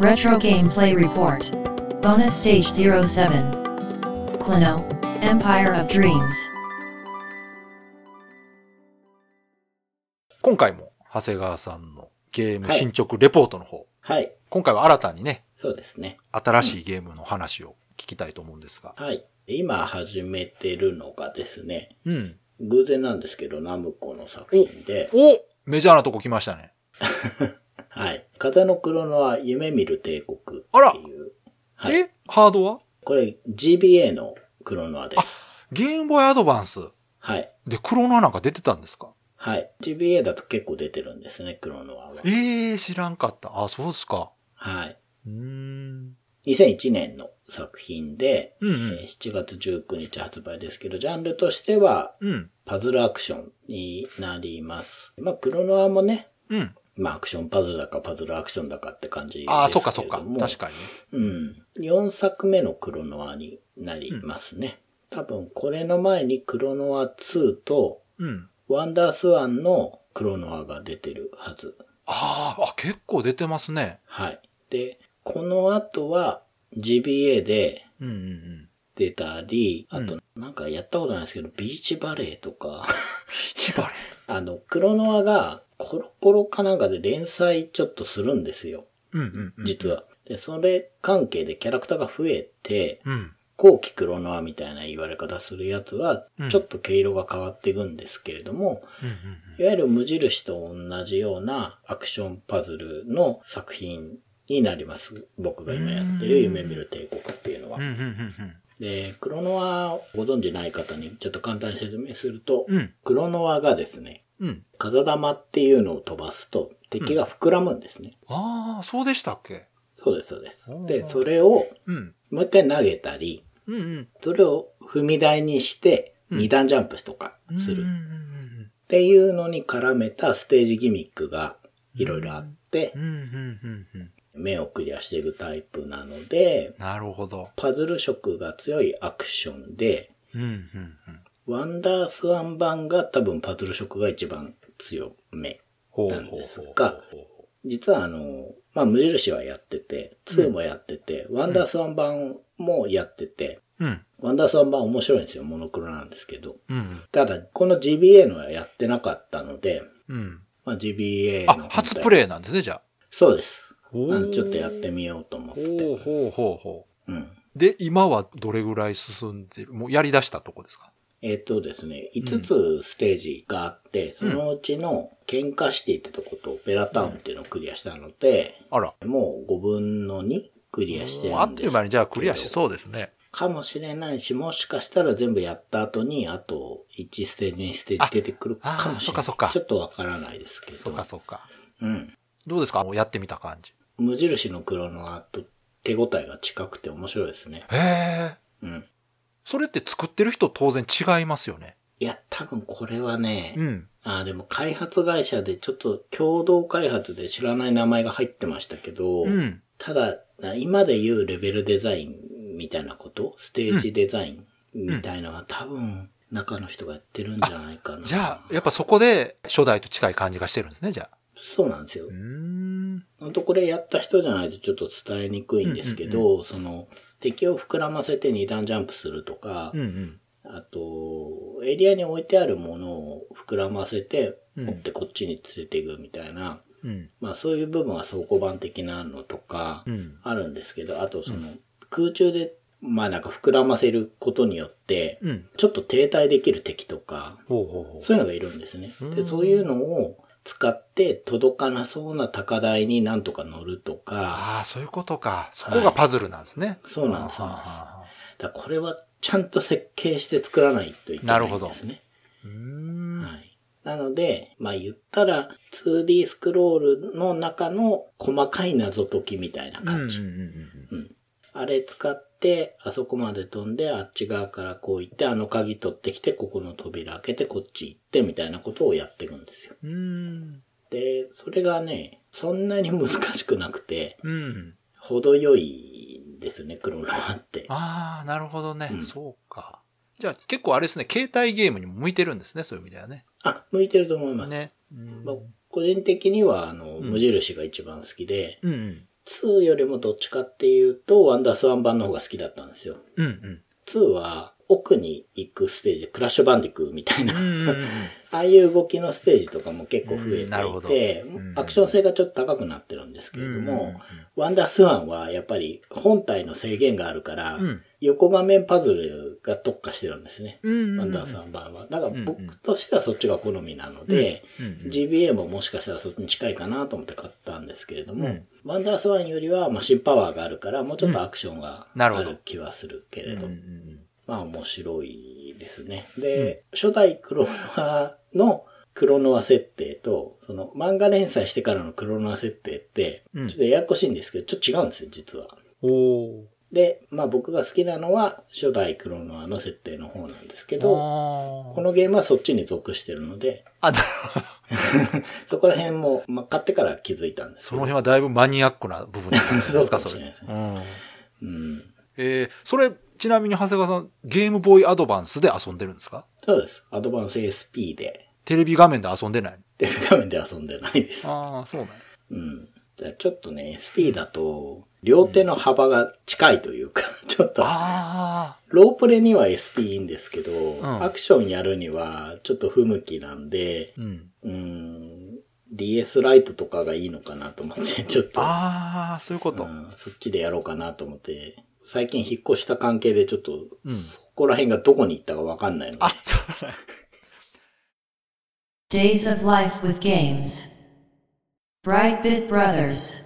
Retro Gameplay Report. Bonus Stage 07. Clino, Empire of Dreams. 今回も長谷川さんのゲーム進捗レポートの方、はい。今回は新たにね、そうですね。新しいゲームの話を聞きたいと思うんですが。はい。今始めてるのがですね、うん。偶然なんですけど、ナムコの作品で、おメジャーなとこ来ましたね。はい。風の黒のは夢見る帝国あらっていう。はい。えハードはこれ GBA のクロノアです。ゲームボーイアドバンスはい。でクロノアなんか出てたんですかはい。GBA だと結構出てるんですね、クロノアは。ええー、知らんかった。あ、そうですか。はい。うーん。 2001年の作品で、うんうえーん。 7月19日発売ですけど、ジャンルとしてはうん。パズルアクションになります。まあ、クロノアもね、うん。まあ、アクションパズルだかパズルアクションだかって感じですけれども。ああ、そっかそっか。確かにね。うん。4作目のクロノアになりますね。多分これの前にクロノア2とうん。ワンダースワンのクロノアが出てるはず。あーあ、結構出てますね。はい。で、この後は GBA でうんうんうん。出たり、あうとなんかやったことないですけど、ビーチバレーとか、 一バレ。あの、クロノアがコロコロかなんかで連載ちょっとするんですよ。うんうんうん。実は。で、それ関係でキャラクターが増えて、うん。後期クロノアみたいな言われ方するやつはうん、ちょっと毛色が変わっていくんですけれども、うんうんいわゆる無印と同じようなアクションパズルの作品になります。僕が今やってる夢見る帝国っていうのはうん。う。んうんうで、クロノアをご存知ない方にちょっと簡単に説明するとん。う、ん。クロノアがですね、うん。風玉っていうのを飛ばすと敵が膨らむんですね。ああ、そうでしたっけそうです、そうですうん。で、それをうん。もう一回投げたり、うんうん。それを踏み台にして、うん二段ジャンプとかすうんうるんうんっていうのに絡めたステージギミックがいろいろあってう、ん。うんうんうんうん。目をクリアしていくタイプなので、なるほど。パズル色が強いアクションで、うんうんうん。ワンダースワン版が多分パズル色が一番強め。ほうなほうんほうですほうがほ実はあの、まあ、無印はやってて、2もやってて、ワンダースワン版もやってて、う。うん。ワンダースワン版面白いんですよ、モノクロなんですけど。うんただ、この GBA のはやってなかったので、うん。うん。まあ、GBA のあ、初プレイなんですね、じゃあ。そうです。ほなんでちょっとやってみようと思っほて。うほうほうほうん。う。で、今はどれぐらい進んでるもうやり出したとこですかえっ、とですね、5つステージがあって、そのうちの喧嘩シティってとことベラタウンっていうのをクリアしたので、あら。もう5分の2クリアしてもうあるっんとですいけど。う間にじゃあクリアしそうですね。かもしれないし、もしかしたら全部やった後に、あと1ステージ、2ステーあジ出てくるかもしれなあい。そっかそっかちょっとわからないですけど。そうかそうか。うん。どうですかもうやってみた感じ。無印の黒のアート、手応えが近くて面白いですね。へえ。うん。それって作ってる人当然違いますよね。いや、多分これはね、うん。ああ、でも開発会社でちょっと共同開発で知らない名前が入ってましたけど、うん。ただ、な今で言うレベルデザインみたいなこと、ステージデザインみたいなのは、多分中の人がやってるんじゃないかな。じゃあ、やっぱそこで初代と近い感じがしてるんですね、じゃあ。そうなんですようー。ん。本当これやった人じゃないとちょっと伝えにくいんですけど、うんその敵を膨らませて二段ジャンプするとか、うんうん。あと、エリアに置いてあるものを膨らませて、うん持ってこっちに連れていくみたいな、うん。まあそういう部分は倉庫版的なのとかうん。あるんですけど、あとその空中でまあなんか膨らませることによって、うん。ちょっと停滞できる敵とか、ほうほうほう。そういうのがいるんですね。うで、んそういうのを使って届かなそうな高台になんとか乗るとか、ああ、そういうことか。そこがパズルなんですね。そうなんです。そうなんですだかああらこれはちゃんと設計して作らないといけないんですね。うーん。はい。なので、まあ言ったら 2D スクロールの中の細かい謎解きみたいなうんうんうん感じ。うんあれ使って、あそこまで飛んで、あっち側からこう行って、あの鍵取ってきて、ここの扉開けて、こっち行って、みたいなことをやっていくんですよ。うーん。で、それがね、そんなに難しくなくて、うん。程よいですね、クロノアって。ああ、なるほどね、うんそうか。じゃあ結構あれですね、携帯ゲームにも向いてるんですね、そういう意味ではね。あ、向いてると思います。ね。うんまあ個人的には、あの、ん無印が一番好きで、うん。 2よりもどっちかっていうと、ワンダースワン版の方が好きだったんですよ。うんうん。 2は、奥に行くステージ、クラッシュバンディクーみたいな、うんうんうん。ああいう動きのステージとかも結構増えうんなるほどていて、うんアクション性がちょっと高くなってるんですけれども、ワンダースワンはやっぱり本体の制限があるから、うん横画面パズルが特化してるんですね。うんうん。ワンダースワン版は。だかうらんうん僕としてはそっちが好みなので、うんうん、 GBA ももしかしたらそっちに近いかなと思って買ったんですけれども、うんワンダースワンよりはマシンパワーがあるから、もうちょっとアクションがうんなあるほどる気はするけうれんうど、んまあ面白いですね。で、初代クロノアのクロノア設定と、その漫画連載してからのクロノア設定って、うんちょっとややこしいんですけど、ちょっと違うんですよ、実は。うん。おーで、まあ僕が好きなのは初代クロノアの設定の方なんですけど、あこーのゲームはそっちに属してるので、あ、だ そこら辺も、まあ、買ってから気づいたんですそけのど。辺はだいぶマニアックな部分なんじゃないですか、そ そうかれもしれないです。うんうん。えーそれ、ちなみに長谷川さん、ゲームボーイアドバンスで遊んでるんですかそうです。アドバンス SP で、テレビ画面で遊んでないテレビ画面で遊んでないです。ああ、そうなんやうん。じゃあちょっとね、SP だと、両手の幅が近いというか、 ちょっと、あロープレには SP いいんですけど、んアクションやるにはちょっと不向きなんで、あ。うん。うん、DS ライトとかがいいのかなと思って、 ちょっと、ああ、そういうこと。うんそっちでやろうかなと思って、最近引っ越した関係でちょっと、うん。そこら辺がどこに行ったかわかんないので、あ、そう なんや Days of Life with Games. Brightbit Brothers.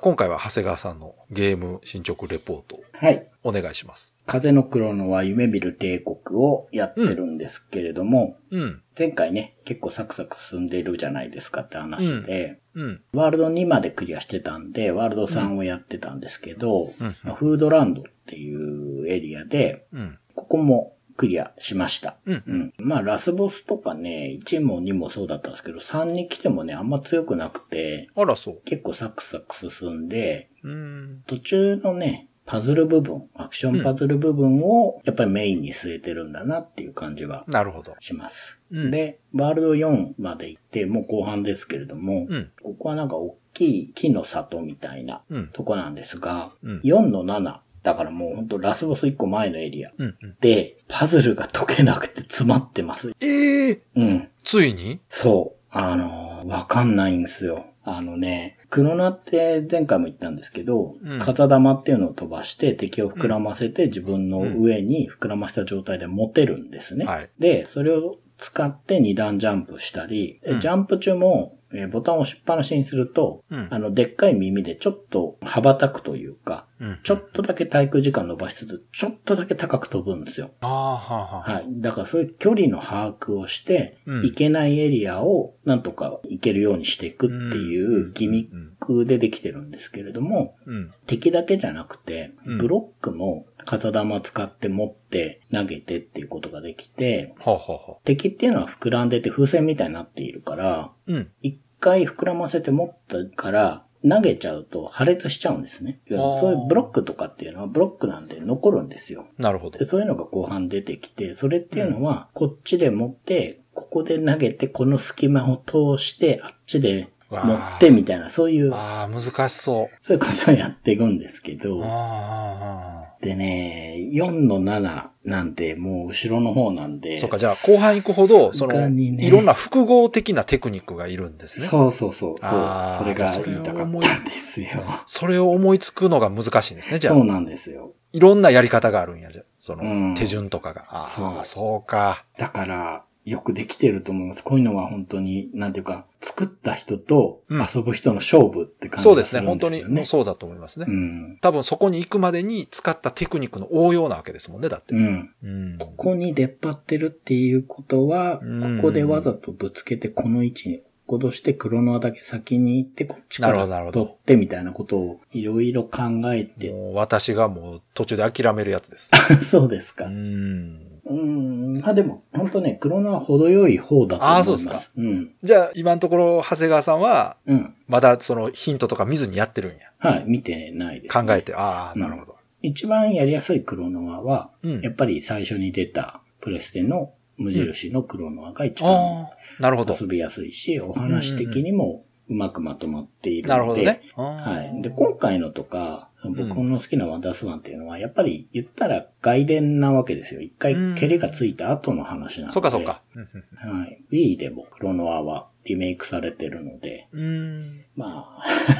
今回は長谷川さんのゲーム進捗レポートはい。お願いします。風の黒のは夢見る帝国をやってるんですけれども、うん。前回ね、結構サクサク進んでるじゃないですかって話で、うん。ワールド2までクリアしてたんで、ワールド3をやってたんですけど、うんうんフードランドっていうエリアで、うん。ここもクリアしました。うん。うん。まあ、ラスボスとかね、1も2もそうだったんですけど、3に来てもね、あんま強くなくて、あら、そ結構サクサク進んで、う。うん。途中のね、パズル部分、アクションパズル部分を、やっぱりメインに据えてるんだなっていう感じはなるほど。します。うんで、ワールド4まで行って、もう後半ですけれども、うん。ここはなんか大きい木の里みたいなうん。とこなんですが、うん4の7、だからもうほんとラスボス1個前のエリアうん。うん。で、パズルが解けなくて詰まってます。ええー、うん。ついにそう。あのーわかんないんですよ。あのね、クロナって前回も言ったんですけど、うん風玉っていうのを飛ばして敵を膨らませて自分の上に膨らました状態で持てるんですね。はい。で、それを使って二段ジャンプしたり、えうんジャンプ中も、えーボタンを押しっぱなしにすると、うんあの、でっかい耳でちょっと羽ばたくというか、うん。ちょっとだけ滞空時間伸ばしつつ、ちょっとだけ高く飛ぶんですよ。ああ、はあ、はあ。はい。だからそういう距離の把握をして、うん行けないエリアをなんとか行けるようにしていくっていうギミックでできてるんですけれども、うん。敵だけじゃなくて、うんブロックも片玉使って持って投げてっていうことができて、はあ、はあ、はあ。敵っていうのは膨らんでて風船みたいになっているから、うん。一回膨らませて持ったから、投げちゃうと破裂しちゃうんですね。いわゆるそういうブロックとかっていうのはブロックなんで残るんですよ。なるほどで、。そういうのが後半出てきて、それっていうのは、こっちで持って、ここで投げて、この隙間を通して、あっちで持ってみたいな、そういう、ああ、難しそう。そういうことをやっていくんですけあど、あ、ああ。でね、4の7なんてもう後ろの方なんで、そうか、じゃあ後半行くほど、そ他の、にねいろんな複合的なテクニックがいるんですね。そうそうそう、そう、あーそれが言いたかったんですよ。それを思いつくのが難しいんですね、じゃそうあ。なんですよ。いろんなやり方があるんや、じゃあそうんの、手順とかが。ああ、そうそうか。だから、よくできてると思います。こういうのは本当に、なんていうか、作った人とうん遊ぶ人の勝負って感じそうがですするね、本んで当すよね。に、もうそうだと思いますね。うん。多分そこに行くまでに使ったテクニックの応用なわけですもんね、だって。うん。うん。ここに出っ張ってるっていうことは、うんここでわざとぶつけてこの位置に落っことして、クロノアだけ先に行って、こっちかなるらほどなるほど取ってみたいなことをいろいろ考えて、もう私がもう途中で諦めるやつです。 そうですうか。ん。うん。まあでも、本当ね、クロノアは程よい方だと思います。あーそうですかうん。じゃあ今のところ、長谷川さんは、うん。まだそのヒントとか見ずにやってるんや。はい、見てないです、考え。て、ああ、なるほど。一番やりやすいクロノアは、うんやっぱり最初に出たプレステの無印のクロノアが一番ああ、なるほど遊。びやすいし、お話的にもうまくまとまっているので。なるほどね。はい。で、で、今回のとか、僕の好きなワンダースワンっていうのは、やっぱり言ったら外伝なわけですよ。一回うん蹴りがついた後の話なので。そうかそうか。うんうんはい。Wii でもクロノアはリメイクされてるので、うん。ま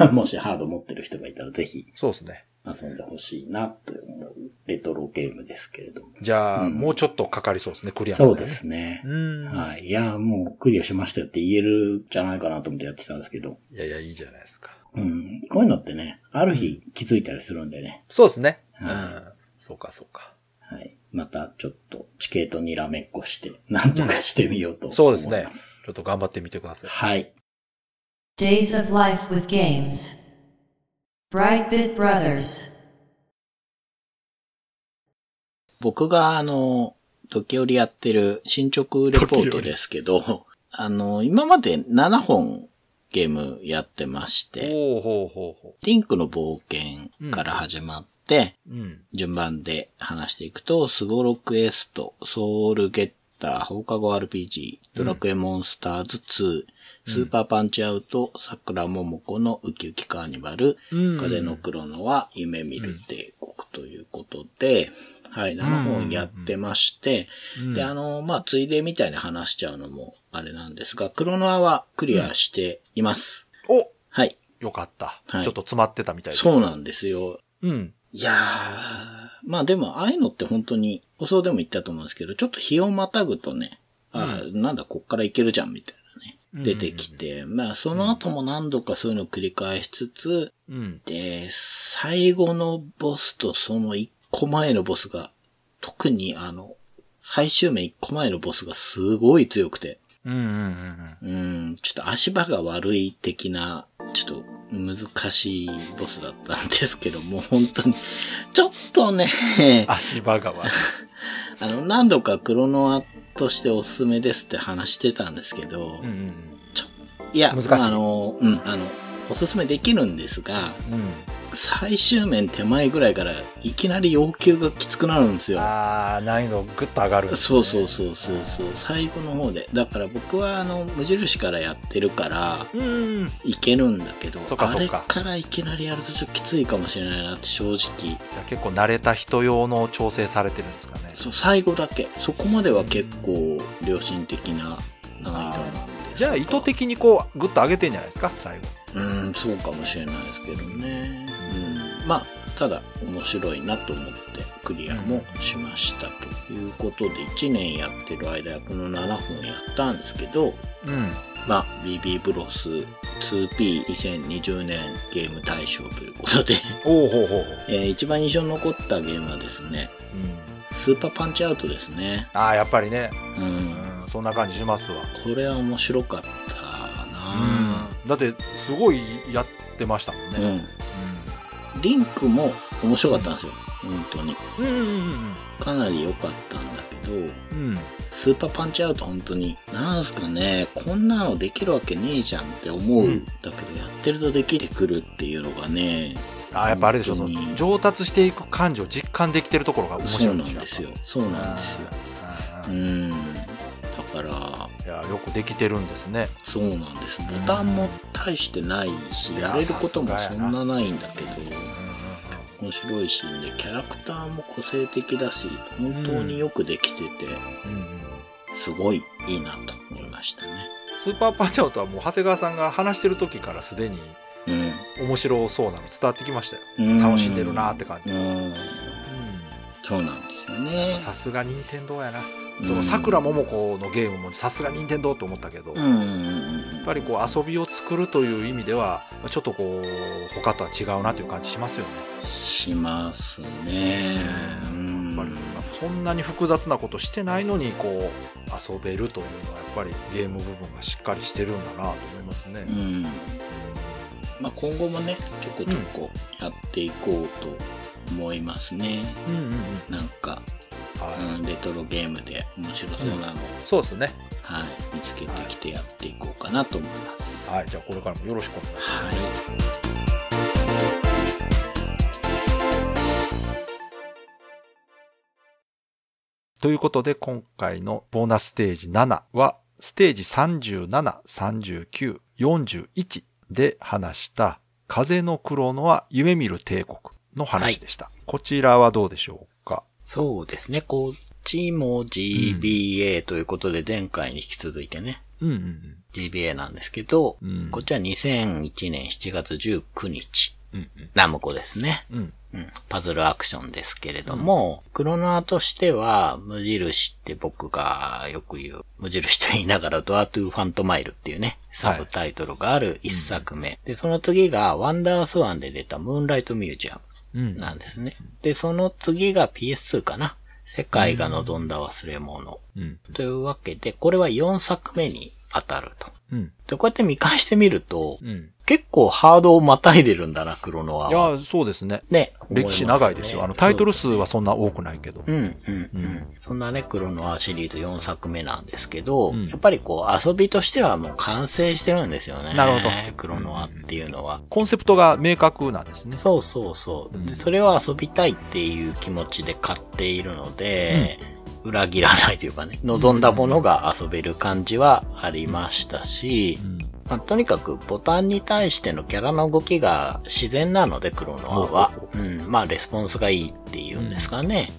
あ、 もしハード持ってる人がいたらぜひそうですね。遊んでほしいなと思うレトロゲームですけれども。じゃあ、うんもうちょっとかかりそうですね、クリアまそうですねう。ん。はい。いや、もうクリアしましたよって言えるんじゃないかなと思ってやってたんですけど、いやいや、いいじゃないですか。うん。こういうのってね、ある日気づいたりするんでね、そうですね。うはいん。そうか、そうか。はい。またちょっと地形とにらめっこして、なんとかしてみようと思います。そうですね。ちょっと頑張ってみてください。はい。 Days of Life with Games. Brightbit Brothers. 僕があの、時折やってる進捗レポートですけど、あの、今まで7本ゲームやってまして、ほうほうほうほリンクの冒険から始まって、う。うん。順番で話していくと、スゴロクエスト、ソウルゲッター、放課後 RPG、ドラクエモンスターズ2、うんスーパーパンチアウト、桜桃子のウキウキカーニバル、うん風のクロノは夢見る帝国ということで、はい、7本やってまして、うんで、あの、まあ、ついでみたいに話しちゃうのもあれなんですが、クロノアはクリアしています。おはい、よかった、はいちょっと詰まってたみたいです。そうなんですよ。うん。いやー、まあでも、ああいうのって本当に、放送でも言ったと思うんですけど、ちょっと日をまたぐとね、あー、なんだ、こっからいけるじゃん、みたいなね、出てきて、まあ、その後も何度かそういうのを繰り返しつつ、うん。で、最後のボスとその一個前のボスが、特にあの、最終面一個前のボスがすごい強くて、うん。うん。うんうん、ちょっと足場が悪い的な、ちょっと難しいボスだったんですけども、本当に、ちょっとね、足場が悪い。あの、何度かクロノアとしておすすめですって話してたんですけど、うんいや、難しいまああの、うん、あの、おすすめできるんですが、うん。うん。最終面手前ぐらいからいきなり要求がきつくなるんですよ。ああ、難易度ぐっと上がるんですね、そうそうそうそうそう最後の方でだから僕はあの無印からやってるからう。うん。いけるんだけどそっかあそっれかからいきなりやるとちょっときついかもしれないなって正直じゃあ結構慣れた人用の調整されてるんですかね。そう最後だけそこまでは結構良心的な難易度なんでじゃあ意図的にこう、ぐっと上げてんじゃないですか、最後。うんそうかもしれないですけどねうんまあただ面白いなと思ってクリアもしましたということで1年やってる間この7本やったんですけうどん。まあ、BB ブロス 2P2020 年ゲーム大賞ということで、 おおほうほうほう。えー一番印象に残ったゲームはですね、うん。スーパーパンチアウトですね。ああ、やっぱりね、う。うんん、そんな感じしますわ。これは面白かったなだって、すごいやってましたもんね。うん。リンクも面白かったんですよ。本当に。うん。うんうんかなり良かったんだけど、うんうん。うん。スーパーパンチアウト本当に、なんすかね、こんなのできるわけねえじゃんって思う。うんだけど、やってるとできてくるっていうのがね、あーやっぱあれでしょそ本当にの上達していく感情を実感できてるところが面そ白ういなんですよ。そうなんですよ。あうーん。だから、あーいやよくできてるんですねそうなんです。ボタンも大してないし、いややれることもそんなないんだけど、う面白いしね、キャラクターも個性的だし、本当によくできてて、んうんうんうんすごいいいなと思いましたね。スーパーパンチャウトはもう長谷川さんが話してる時からすでに面白そうなの伝わってきましたようん。う楽しんでるなって感じうん。そうなんですよね。さすが任天堂やなうんそのさくらももこのゲームもさすが任天堂と思ったけど、うやんうんうん。っぱりこう遊びを作るという意味ではちょっとこう他とは違うなという感じしますよねしますね。うんやっぱりそんなに複雑なことしてないのにこう遊べるというのはやっぱりゲーム部分がしっかりしてるんだなと思いますね。うん。まあ、今後もねちょこちょこやっていこうと思いますね、うんうんうんなんか、はうん、レトロゲームで面白そうなの、い、そうですね。はい、見つけてきてやっていこうかなと思いますはい、じゃあこれからもよろしくお願いします。はい、ということで今回のボーナスステージ7はステージ37、39、41で話した、風のクロノは夢見る帝国の話でした。こちらはどうでしょうかそうですね。こっちも GBA ということで、前回に引き続いてね、うんうん。 GBA なんですけど、うんこっちは2001年7月19日、うんナムコですね。うん。うん。うん、パズルアクションですけれども、クロナーとしては、無印って僕がよく言う、無印と言いながらドアトゥーファントマイルっていうね、サブタイトルがある一作目。で、その次がワンダースワンで出たムーンライトミュージアうんムなんですね。で、その次が PS2 かな。世界が望んだ忘れ物。うん。というわけで、これは4作目に当たると。うん。で、こうやって見返してみると、うん。。結構ハードをまたいでるんだな、クロノアはいや、そうですね。ね。歴史長いですよ。あの、タイトル数はそんな多くないけど。うんうんううんん。そんなね、クロノアシリーズ4作目なんですけど、うんやっぱりこう遊びとしてはもう完成してるんですよね。なるほどクロノアっていうのは。コンセプトが明確なんですね。そうそうそう。うで、んそれを遊びたいっていう気持ちで買っているので、裏切らないというかね、望んだものが遊べる感じはありましたし、うん。まあ、とにかくボタンに対してのキャラの動きが自然なので、クロノアはほうほ。うん。まあ、レスポンスがいいっていうんですかね。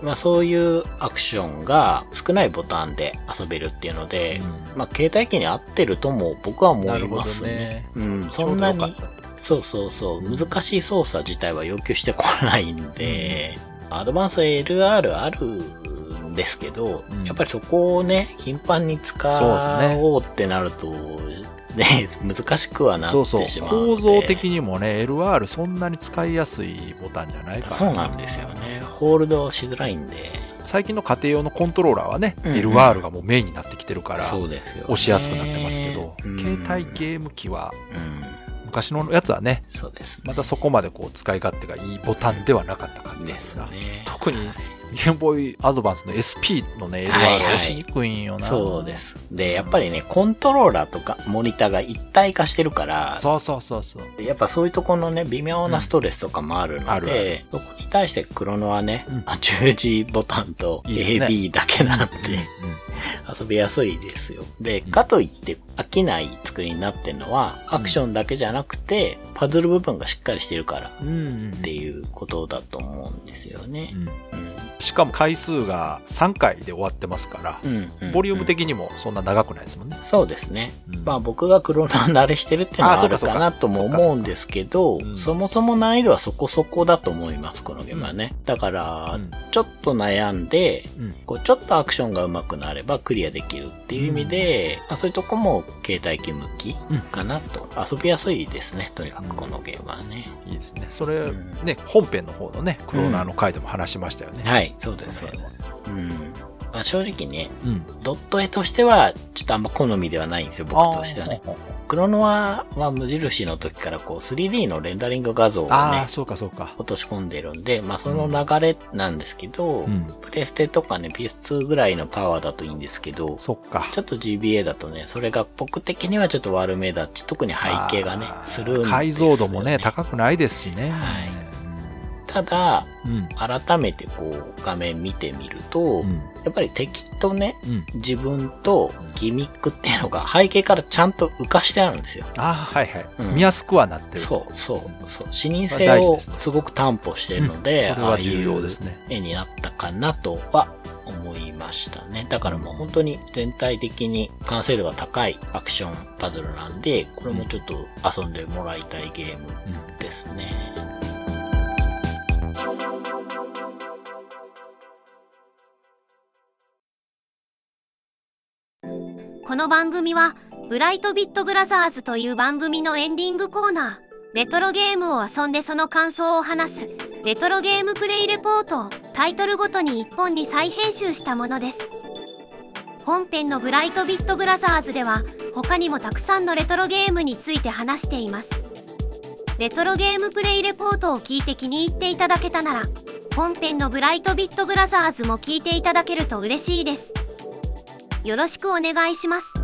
うんまあ、そういうアクションが少ないボタンで遊べるっていうので、うんまあ、携帯機に合ってるとも僕は思ないるほどますね。ね。うん、ちょそんうどなよかっにた、とそうそうそう、難しい操作自体は要求してこないんで、アドバンス LR あるんですけど、うんやっぱりそこをね、頻繁にそうです使ねおうってなると、ね、難しくはなっそうてそうしまうの構で。造的にもね LR そんなに使いやすいボタンじゃないからそうなんですよね。ホールドしづらいんで。最近の家庭用のコントローラーはね、うんうん LR がもうメインになってきてるからそうですよ、ね。押しやすくなってますけど、うん携帯ゲーム機はう昔のやつはねん。そうです、ね。またそこまでこう使い勝手がいいボタンではなかった感じでですすがね。特にはゲームボーイアドバンスの SP のね LR はいはいは押しにくいんよいな、そうです。で、やっぱりね、コントローラーとかモニターが一体化してるから、そうそうそうそうやっぱそういうところのね、微妙なストレスとかもあるので、うんあるそこに対してクロノはね、うん十字ボタンといいですね AB だけなんで、うんうん遊びやすいですよ。で、うんかといって飽きない作りになってるのは、アクションだけじゃなくて、パズル部分がしっかりしてるからっうんうんていうことだと思うんですよね。うんしかも回数が3回で終わってますから、うんうんボリューム的にもそんな長くないですもんね。そうですね。うんまあ僕がクロノア慣れしてるっていうのはああそうかるかなとも思うんですけそうどかそう、かそもそも難易度はそこそこだと思います、このゲームはね。だからうん、ちょっと悩んで、うんこうちょっとアクションが上手くなればクリアできるっていう意味で、まあそういうとこも携帯機向きかなと。遊びやすいですね、とにかくこのゲームはね。いいですね。それ、うんね、本編の方のね、クローナーの回でも話しましたよね。はい、そうです、そそううでですす。うん。まあ正直ね、うん。ドット絵としては、ちょっとあんま好みではないんですよ、僕としてはね。あークロノアは無印の時からこう 3D のレンダリング画像をあねー、、そうかそうか。落とし込んでるんで、まあその流れなんですけど、うん。プレステとかね PS2 ぐらいのパワーだといいんですけど、そっか。ちょっと GBA だとね、それが僕的にはちょっと悪目立ち、特に背景がねあ、ーするんですよ、ね。解像度もね、高くないですしね。はいただ、うん。改めてこう画面見てみると、うん。やっぱり敵とね、うん。自分とギミックっていうのが背景からちゃんと浮かしてあるんですよ。ああ、はいはい、うん見やすくはなってる。そうそうそう。視認まあ性大事をですねすごく担保してういるんので、それは重要ですね。ああいう絵になったかなとは思いましたね。だからもう本当に全体的に完成度が高いアクションパズルなんで、これもちょっと遊んでもらいたいゲームうんですね。この番組はブライトビットブラザーズという番組のエンディングコーナーレトロゲームを遊んでその感想を話すレトロゲームプレイレポートをタイトルごとに1本に再編集したものです本編のブライトビットブラザーズでは他にもたくさんのレトロゲームについて話していますレトロゲームプレイレポートを聞いて気に入っていただけたなら本編のブライトビットブラザーズも聞いていただけると嬉しいですよろしくお願いします